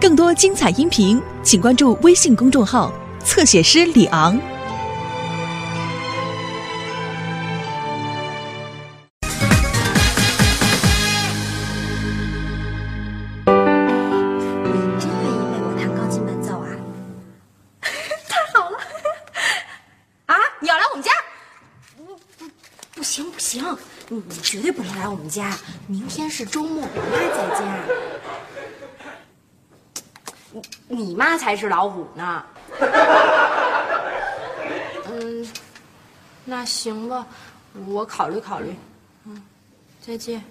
更多精彩音频，请关注微信公众号“侧写师李昂真愿意为我弹钢琴伴 奏啊！ 啊，你要来我们家？不行不行，你你绝对不能来我们家，明天是周末，我妈在家。啊你妈才是老虎呢。 嗯，那行吧，我考虑考虑。嗯，再见。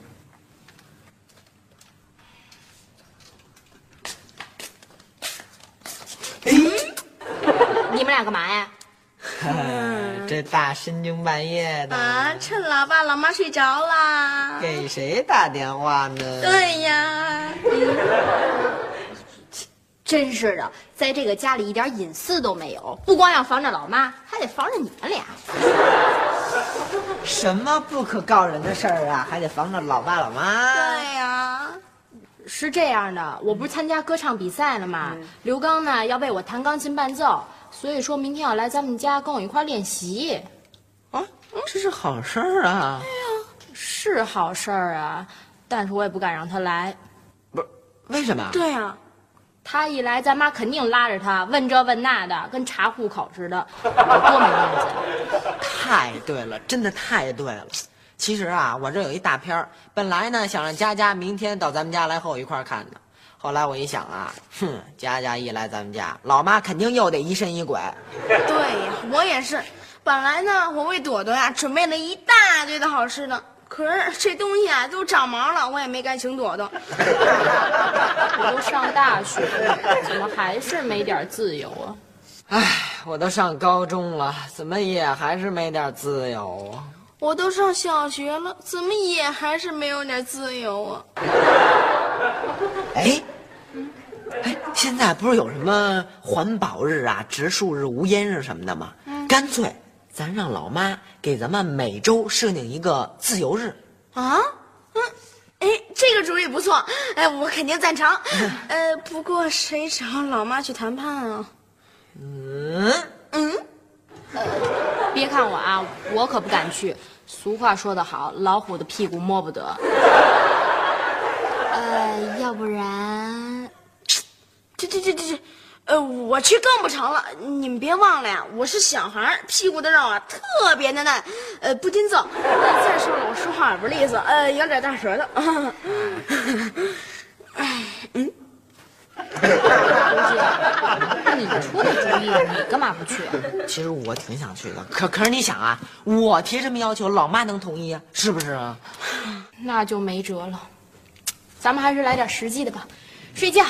你们俩干嘛呀？这大深更半夜的，嗯啊，趁老爸老妈睡着啦。给谁打电话呢？对呀， 真是的，在这个家里一点隐私都没有，不光要防着老妈，还得防着你们俩。什么不可告人的事儿啊，还得防着老爸老妈。对呀，是这样的，我不是参加歌唱比赛了吗？嗯刘刚呢要为我弹钢琴伴奏，所以说明天要来咱们家跟我一块儿练习，啊，这是好事儿啊！是好事儿啊。但是我也不敢让他来，不是为什么？对呀，他一来，咱妈肯定拉着他问这问那的，跟查户口似的，我多没面子。太对了，真的太对了。其实啊，我这有一大片儿，本来呢想让佳佳明天到咱们家来和我一块儿看的，后来我一想啊，哼，佳佳一来咱们家，老妈肯定又得疑神疑鬼。对呀，我也是。本来呢，我为朵朵呀准备了一大堆的好吃的，可是这东西啊都长毛了，我也没敢请朵 朵。我都上大学了，怎么还是没点自由啊？唉，我都上高中了，怎么也还是没点自由啊。我都上小学了，怎么也还是没有点自由啊？哎，哎，现在不是有什么环保日啊、植树日、无烟日什么的吗？干脆咱让老妈给咱们每周设定一个自由日。啊，嗯，哎，这个主意不错，哎，我肯定赞成。呃，不过谁找老妈去谈判啊？嗯，别看我啊，我可不敢去。俗话说得好，老虎的屁股摸不得。呃，要不然，这这这这这，呃，我去更不成了。你们别忘了呀，我是小孩儿，屁股的肉啊特别的嫩，呃，不禁揍。呃再说了，我说话也不利索，呃，有点大舌头。 那你出的主意，你干嘛不去啊？其实我挺想去的，可可是你想啊，我提什么要求，老妈能同意啊？是不是啊？那就没辙了。咱们还是来点实际的吧，睡觉。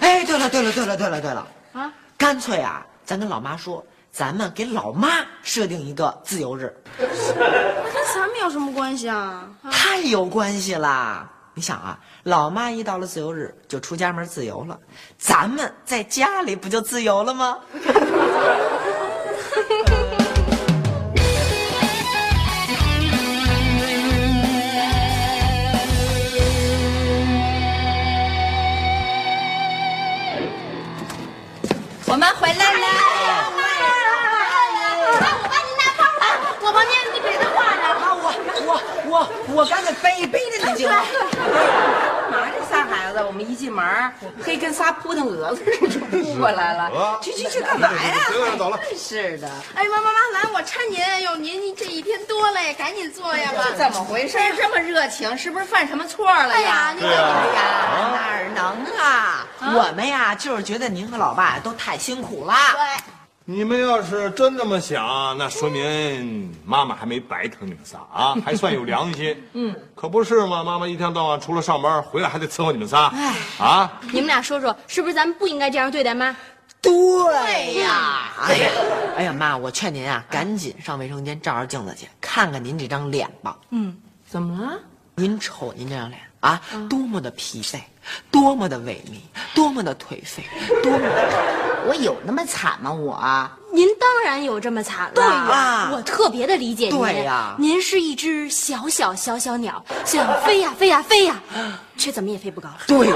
哎，对了，对了，对了，对了，对了，啊，干脆啊，咱跟老妈说，咱们给老妈设定一个自由日。跟咱们有什么关系啊？太有关系啦！你想啊，老妈一到了自由日就出家门自由了，咱们在家里不就自由了吗？我们回来啦！啊，我我我我刚才背一背的你进来，嘛这仨孩子，我们一进门儿，黑跟仨扑腾 蛾子似的就扑过来啊了。去去去，干嘛呀？行了走了真是的，哎，妈妈妈，来，我搀您。哎呦，您这一天多累，赶紧坐呀，妈。怎么回事？哎这么热情，是不是犯什么错了呀？对呀啊哎呀，哪儿能啊？我们呀，就是觉得您和老爸都太辛苦了。你们要是真这么想，那说明妈妈还没白疼你们仨啊，还算有良心。 嗯，可不是嘛，妈妈一天到晚除了上班，回来还得伺候你们仨。啊，你们俩说说，是不是咱们不应该这样对待妈？对呀，哎呀，哎呀妈，我劝您啊，赶紧上卫生间照照镜子去，看看您这张脸吧。怎么了？嗯您瞅您这张脸啊，多么的疲惫，多么的萎靡，多么的颓废，多么的……啊我有那么惨吗？我您当然有这么惨了。对呀我特别的理解您。对呀您是一只小小小小鸟，想飞呀飞呀飞呀，却怎么也飞不高。对，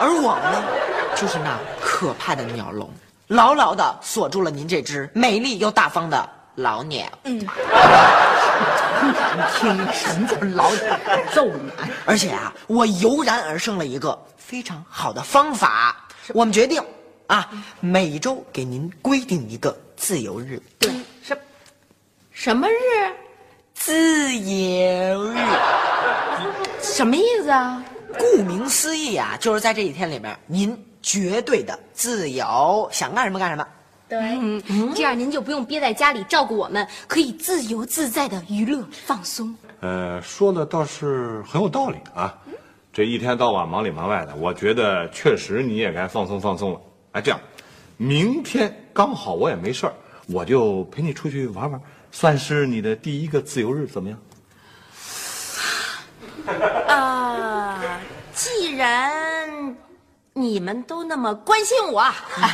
而我呢，就是那可怕的鸟笼，牢牢的锁住了您这只美丽又大方的老鸟。嗯 听什么叫老鸟揍你？而且啊，我油然而生了一个非常好的方法，我们决定啊，每周给您规定一个自由日。什么日？自由日，什么意思啊？顾名思义啊，就是在这一天里面，您绝对的自由，想干什么干什么。对，这样您就不用憋在家里照顾我们，可以自由自在的娱乐放松。呃，说的倒是很有道理啊。这一天到晚忙里忙外的，我觉得确实你也该放松放松了。哎，这样，明天刚好我也没事儿，我就陪你出去玩玩，算是你的第一个自由日，怎么样？既然你们都那么关心我，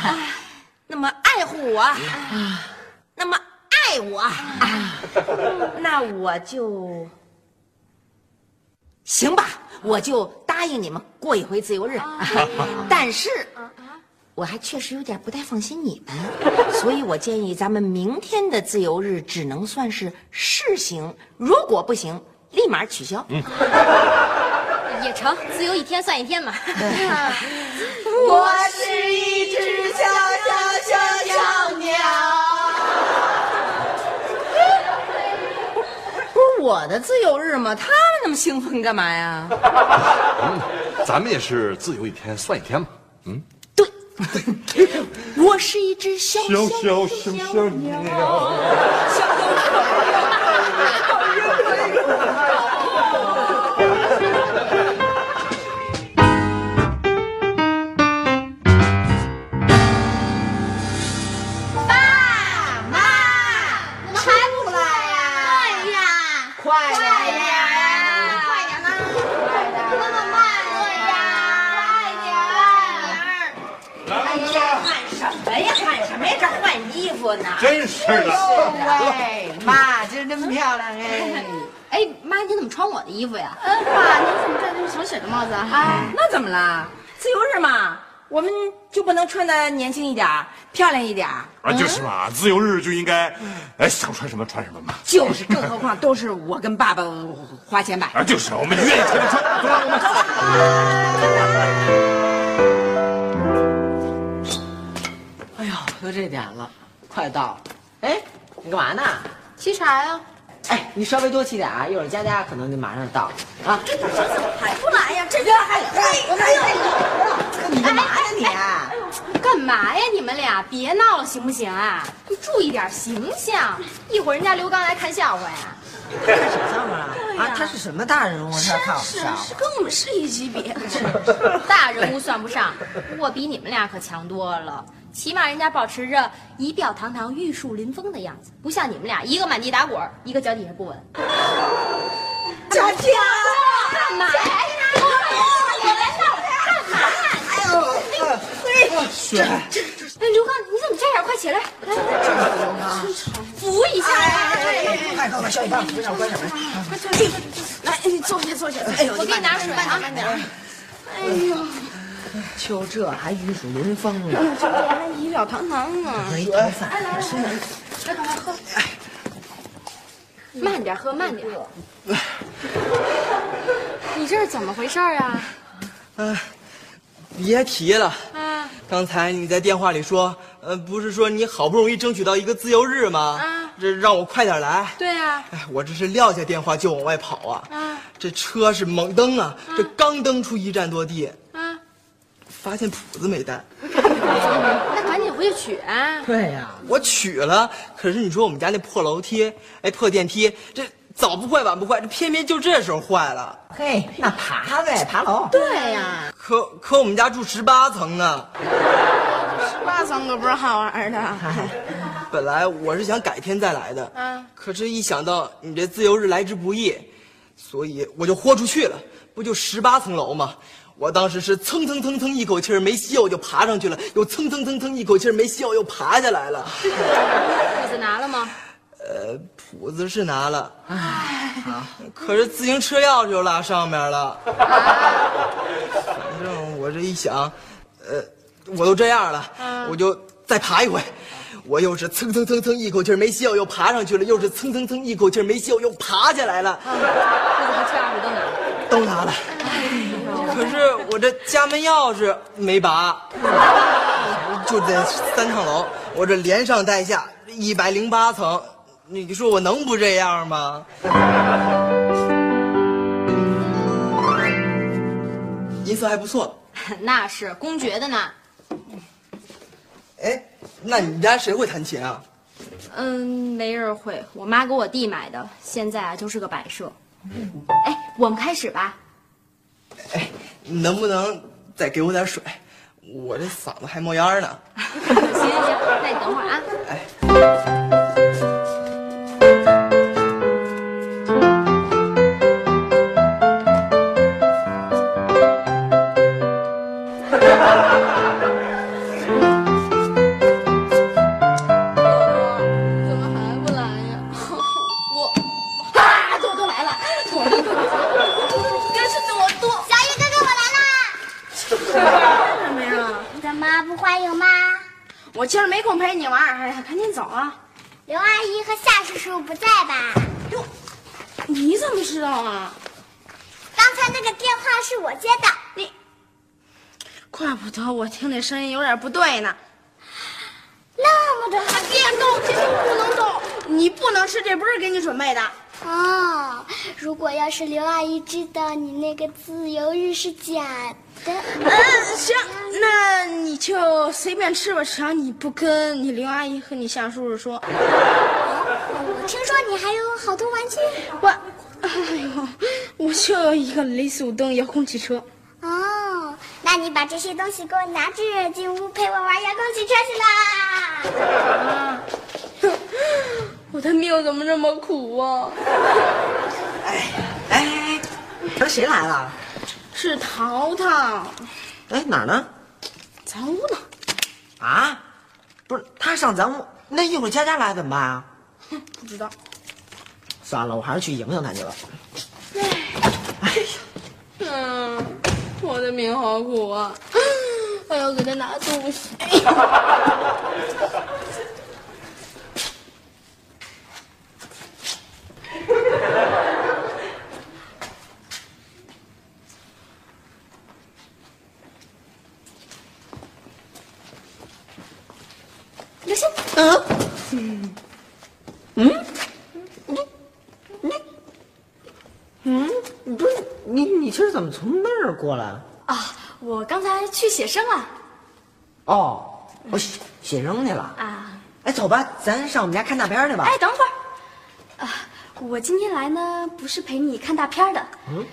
那么爱护我，那么爱我，那我就行吧，我就答应你们过一回自由日。但是，我还确实有点不太放心你们，所以我建议咱们明天的自由日只能算是试行，如果不行，立马取消。也成，自由一天算一天嘛。我是一只小小小小鸟。不是我的自由日吗？他们那么兴奋干嘛呀？咱们也是自由一天算一天嘛。我是一只小小小小小鸟，还不来呀？对呀，快点呀！快点啦！快点！啊那么慢了呀！来吧，干什么呀？干什么呀？这换衣服呢？真是的。哎，妈，今儿真漂亮哎！哎，妈，你怎么穿我的衣服呀？快嗯点！爸，你怎么戴这是小雪的帽子啊？哎，那怎么啦？自由日嘛，我们就不能穿的年轻一点儿，漂亮一点儿？啊，就是嘛，自由日就应该，哎，想穿什么穿什么嘛。就是，更何况都是我跟爸爸花钱买。啊，就是我们愿意穿就穿，走吧，我们走吧。哎呦，都这点了，快到了。哎，你干嘛呢？沏茶啊呀。哎，你稍微多起点啊，一会儿佳佳可能就马上到了啊。干嘛呀？你们俩别闹了，行不行啊？你注意点形象，一会儿人家刘刚来看笑话呀。上面啊，哎啊，他是什么大人物？他看我笑。跟我们是一级别。大人物算不上，我比你们俩可强多了。起码人家保持着仪表堂堂、玉树临风的样子，不像你们俩，一个满地打滚儿，一个脚底下不稳。佳佳，干嘛呀？哎，刘刚，你怎么这样？快起来，来来来，扶一下呀！快快快，小尾巴，不要关上门。来，你坐下，坐下。哎呦，我给你拿水啊。就这还玉树临风呢，还仪表堂堂呢。没头发。慢点喝，慢点。你这是怎么回事儿啊？别提了，啊刚才你在电话里说，呃，不是说你好不容易争取到一个自由日吗？啊这让我快点来。对啊，哎，我这是撂下电话就往外跑啊！啊这车是猛蹬啊！这刚蹬出一站多地，啊，发现谱子没带，那赶紧回去取啊！对呀、我取了。可是你说我们家那破楼梯，哎，破电梯，这早不坏晚不坏，这偏偏就这时候坏了。嘿，那爬呗，爬楼。对呀，可可我们家住十八层呢，八层可不是好玩的。本来我是想改天再来的，嗯可是一想到你这自由日来之不易，所以我就豁出去了，不就十八层楼吗？我当时是蹭蹭蹭蹭一口气儿没吸我就爬上去了，又蹭蹭蹭蹭一口气儿没吸我又爬下 来了。裤子拿了吗？ 呃，谱子是拿了， 唉，可是自行车钥匙又落上面了。反正我这一想，呃，我都这样了，我就再爬一回。我又是蹭蹭蹭蹭一口气儿没吸我又爬上去了，又是蹭蹭蹭一口气儿没吸我又爬下来了，裤子和车钥匙都拿了。都拿了。可是我这家门钥匙没拔，就在三趟楼，我这连上带下一百零八层，你说我能不这样吗？音色还不错，那是公爵的呢。哎，那你们家谁会弹琴啊？嗯，没人会，我妈给我弟买的，现在啊就是个摆设。哎，我们开始吧。哎，能不能再给我点水？我这嗓子还冒烟呢。行行行，那你等会儿啊。怎么还不来呀？我，啊，都都来了，我真是我多。小鱼哥哥，我来啦！什么呀？怎么不欢迎吗？我今儿没空陪你玩儿，哎呀，赶紧走啊！刘阿姨和夏叔叔不在吧？哟，你怎么知道啊？刚才那个电话是我接的。你怪不得我听这声音有点不对呢。那么的别动，这是不能动，你不能吃，这不是给你准备的。哦，如果要是刘阿姨知道你那个自由日是假的，嗯，行，那你就随便吃吧，只要你不跟你刘阿姨和你夏叔叔说。哦我听说你还有好多玩具我，哎呦，我就有一个雷速登遥控汽车。哦，那你把这些东西给我拿着进屋陪我玩遥控汽车去啦。我的命怎么这么苦啊？哎，瞧谁来了？是淘淘，哎，哪儿呢？咱屋呢。啊，不是他上咱屋，那一会儿佳佳来怎么办啊？不知道，算了，我还是去迎迎他去吧。嗯，我的命好苦啊！我要给他拿东西。留下。你不是你，你今儿怎么从那儿过来？啊，我刚才去写生了哦，我写写扔去了。啊。哎，走吧，咱上我们家看大片儿去吧。哎，等会儿，啊，我今天来呢不是陪你看大片儿的，嗯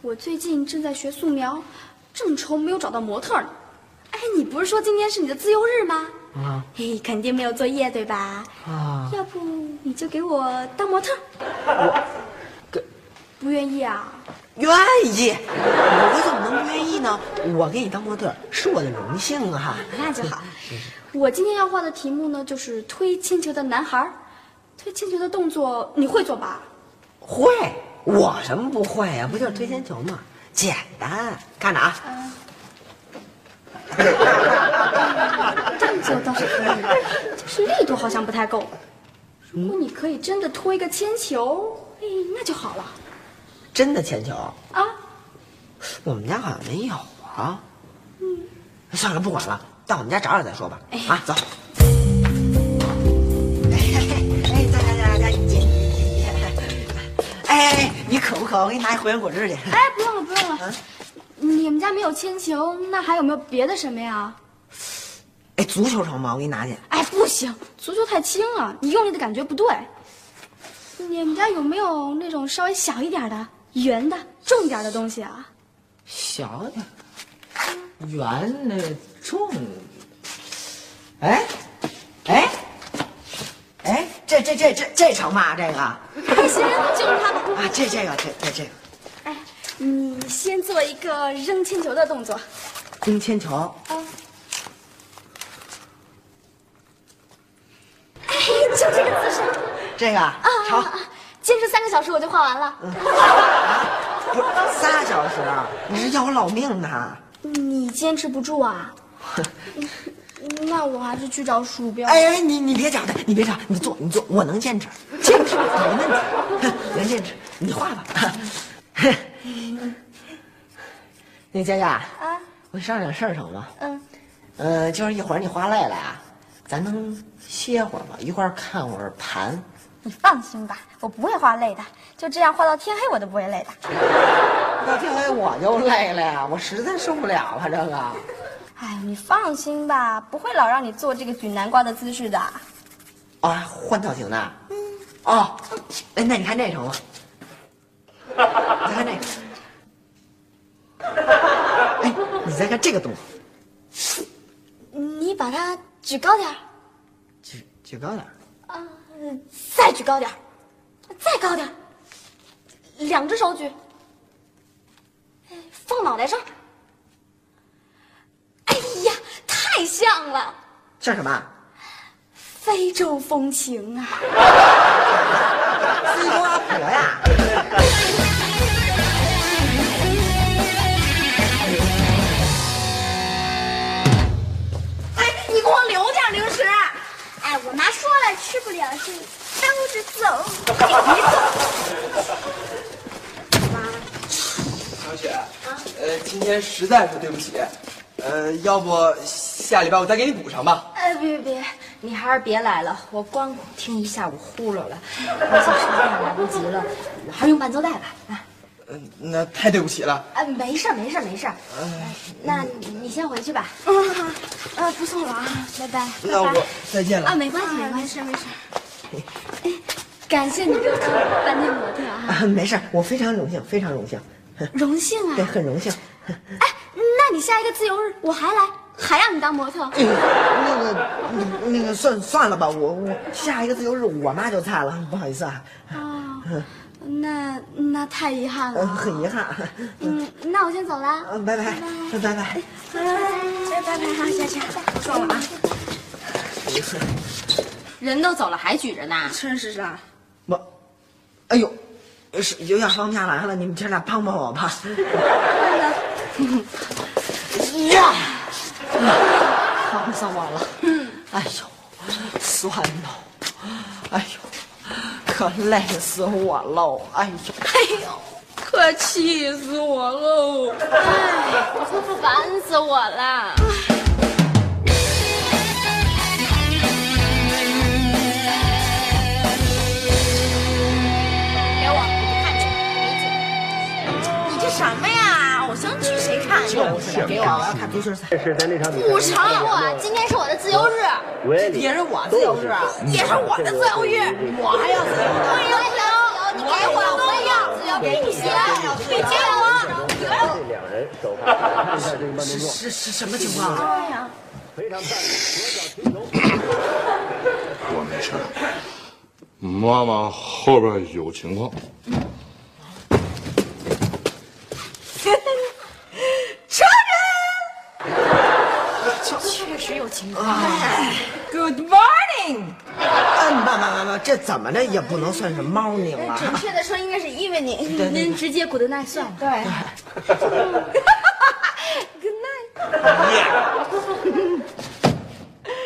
我最近正在学素描，正愁没有找到模特儿呢。哎，你不是说今天是你的自由日吗？啊嘿，肯定没有作业对吧？啊，要不你就给我当模特儿？给不愿意啊？愿意，我怎么能不愿意呢？我给你当模特儿是我的荣幸啊！ 那就好。我今天要画的题目呢，就是推铅球的男孩儿。推铅球的动作你会做吧？ 会，我什么不会呀、不就是推铅球吗？简单，看着啊，嗯动作倒是可以，就是力度好像不太够。如果你可以真的拖一个铅球，哎，那就好了真的铅球，啊。我们家好像没有啊。嗯，算了，不管了，到我们家找找再说吧。啊，走。 哎，大家大家姐，哎，你渴不渴？我给你拿一回旋果汁去。哎，不用了，不用了。你们家没有铅球，那还有没有别的什么呀？哎，足球成吗？我给你拿去。哎，不行，足球太轻了，你用力的感觉不对。你们家有没有那种稍微小一点的、圆的、重点的东西啊？小点，圆的重。哎，哎，哎，这这这这这这成吗？这个啊，哎，行，就是他吧。这这个这这这个哎，你先做一个扔铅球的动作。冰铅球，哎，就这个姿势这个啊，成，坚持三个小时我就画完了。不是仨小时，啊你是要我老命呢？你坚持不 住啊？嗯那我还是去找鼠标。哎哎，你你别找他，你别找，你坐你坐，我能坚持，坚持没问题，能坚持，你画吧。 那个佳佳，啊，我商量点事儿成吗？嗯，呃，就是一会儿你画累了呀，咱能歇会儿吗？一块儿看会儿盘。你放心吧，我不会画累的，就这样画到天黑我都不会累的。那这回我就累了呀，我实在受不了了这个。哎，你放心吧，不会老让你做这个举南瓜的姿势的。啊，换造型的？嗯。哦，哎，那你看这成吗？你看这个。哎，你再看这个动作，你把它举高点儿，举举高点儿。啊、再举高点儿，再高点儿，两只手举，哎放脑袋上。哎呀，太像了，这是什么？非洲风情啊！西瓜婆啊呀！哎，你给我留点零食。哎，我妈说了，吃哎不了是兜着走。小雪，呃，今天实在是对不起，呃，要不下礼拜我再给你补上吧？哎，别别，你还是别来了，我光听一下午呼噜了，而且实在来不及了，我还是用伴奏带吧。啊，嗯、那太对不起了。哎，没事儿没事儿没事儿，那你你先回去吧。哎呃，不送了啊，拜拜。那我再见了。没关系，没关系，没事。感谢你给我当饭店模特啊，啊，没事儿，我非常荣幸，非常荣幸，荣幸啊对，！ 很荣幸。哎，那你下一个自由日我还来，还让你当模特。嗯那个，嗯那个，算算了吧，我我下一个自由日我妈就在了，不好意思啊，哦，那那太遗憾呃，了。很遗憾，嗯，那我先走了。嗯，拜拜，拜拜。拜拜拜拜啊，佳佳，送了啊。人都走了还举着呢。真是的，我，哎呦，是有点放不下来了，你们姐俩帮帮我吧。呀， 放上我了。哎呦，酸呐，哎呦，可累死我喽！哎呦，可气死我喽！烦死我了！给我，你看这，没劲。你这什么呀？偶像剧谁看呀？给我，我要看足球赛。是咱这场比不成，我今天是我的自由日，赛也是我自由日啊，也是我的自由日。我还要自由。我有，你给我，我有，只要给你写，你给我，两人首发，按照这个慢动作，是是什么情况啊？非常赞。我没事儿，妈妈后边有情况。 Good morning。嗯，妈妈妈妈，这怎么着也不能算是猫拧啊了。准确的说，应该是 evening。您直接 good night 算了。对。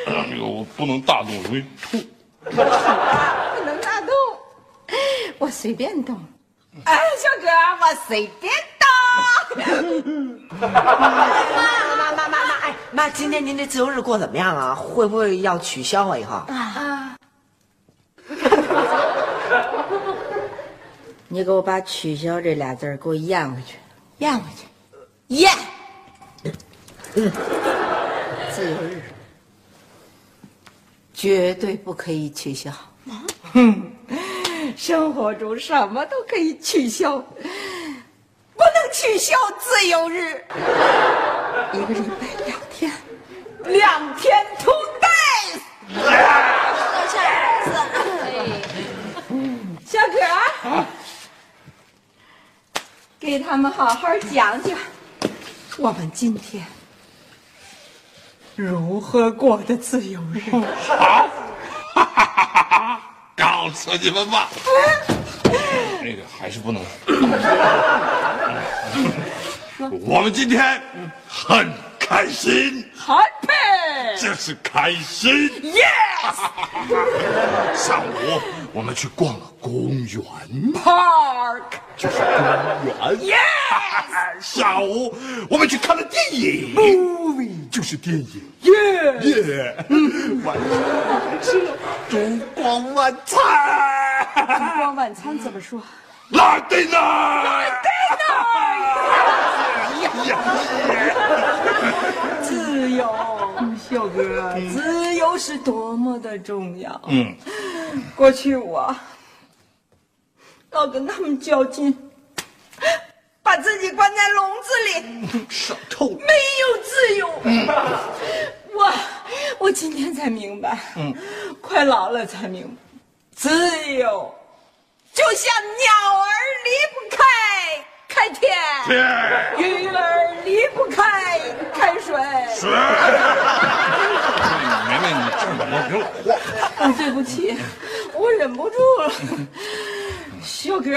哎呦，我不能大动，容易吐。不能大动， 我随便动。哎，小哥，我随便动。妈妈妈妈妈，哎，妈，今天您这自由日过怎么样啊？会不会要取消啊？以后？你给我把“取消”这俩字儿给我咽回去，咽回去。 耶！自由日绝对不可以取消。哼， 生活中什么都可以取消，不能取消自由日。一个礼拜两天， 两天 two days。哎这样子。给他们好好讲讲，我们今天如何过的自由日。好，告诉你们吧，那个还是不能。我们今天很开心， Happy 就是开心。 Yes 上午我们去逛了公园， Park 就是公园。 Yes 下午我们去看了电影，movie 就是电影。 Yeah 耶！晚上吃了烛光晚餐，烛光晚餐怎么说？拉丁呢？拉丁呢？自由，秀哥，自由是多么的重要。嗯，过去我老跟他们较劲，把自己关在笼子里，上透了。没有自由。我我今天才明白，快老了才明白，自由就像鸟儿离不开开天，耶！鱼儿离不开开水。梅梅，你这怎么别老晃？啊，对不起，我忍不住了。小哥，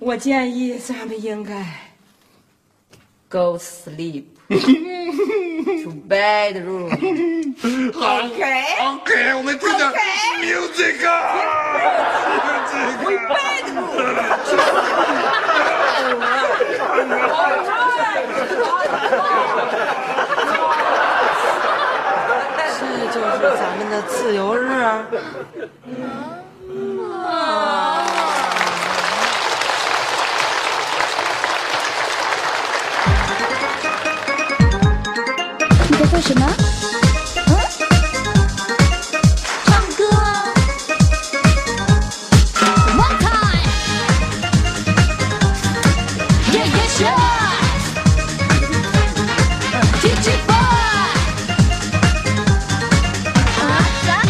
我建议咱们应该 go sleep to bedroom。好 OK OK，我们听点 music 啊，music 啊。这 就是咱们的自由日啊。你在做什么？唱歌啊，One time，夜夜秀，DJ boy，啊咱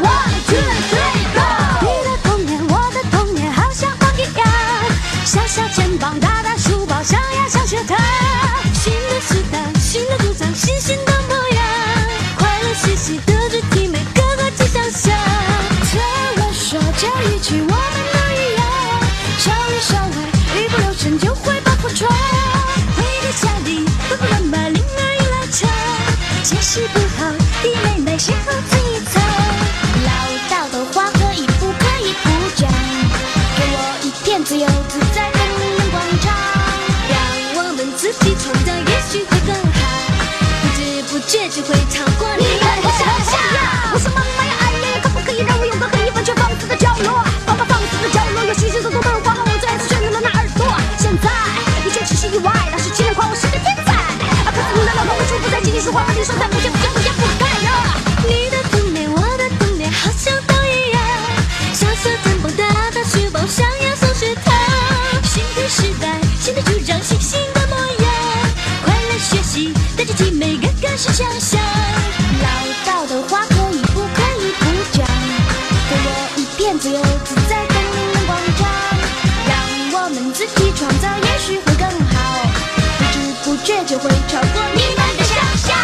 ，One two three go。你的童年，我的童年，好像花一样，小小肩膀，大大书包，上呀上学堂。新的时代，新的主张，新新的模样，快乐嘻嘻，德智体美，个个吉祥祥。对我说这一句，我们都一样，少里少外，一不留神就会把破窗。回到家里，爸爸妈妈铃儿一拉长，解释不好，弟妹妹谁和自己猜。老道的话可以不可以鼓掌？给我一片自由自在的人广场，让我们自己创造，也许会更好。不知不觉就会超过你的想象。我说妈妈呀，哎呀呀，可不可以让我有个可以完全放肆的角落？爸爸放肆的角落，有许许多多的人夸我最爱最炫的那耳朵。现在一切只是意外，老师竟然夸我是个天才。啊，可是你的老公会说不再经历说话，问题说在不见不见不见不该呀。你的童年，我的童年，好像都一样。小小肩膀，大大书包，上呀上学堂。新的时代，新的主张，新新的模样。快乐学习，带着体美，个个是强项。老道的话可以不可以不讲？给我一片自由自在的阳广场，让我们自己创造，也许会更好。不知不觉就会超过你们的想象。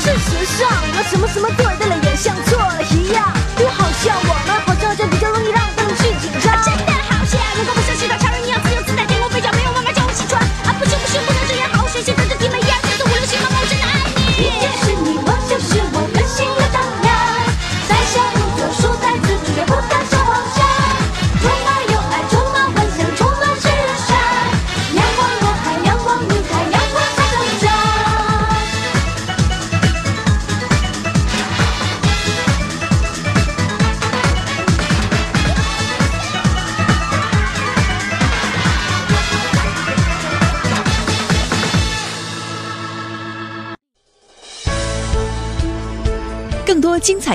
事实上，我什么什么对的了，也像错了一样。就好像我们好像就比较容易让更去紧张。真的好像，如果不像寻找常人一样自由自在，天空飞翔，没有妈妈叫我起床。啊，不行不行，不能这样，好好学习，跟着弟妹一样，四五六七，妈妈我真的爱你。你就是你，我就是我，任性又张扬，在下路就输在自己，也不敢说妄想。充满有爱，充满幻想，充满智商。阳光我爱，阳光你爱，阳光才成长。更多精彩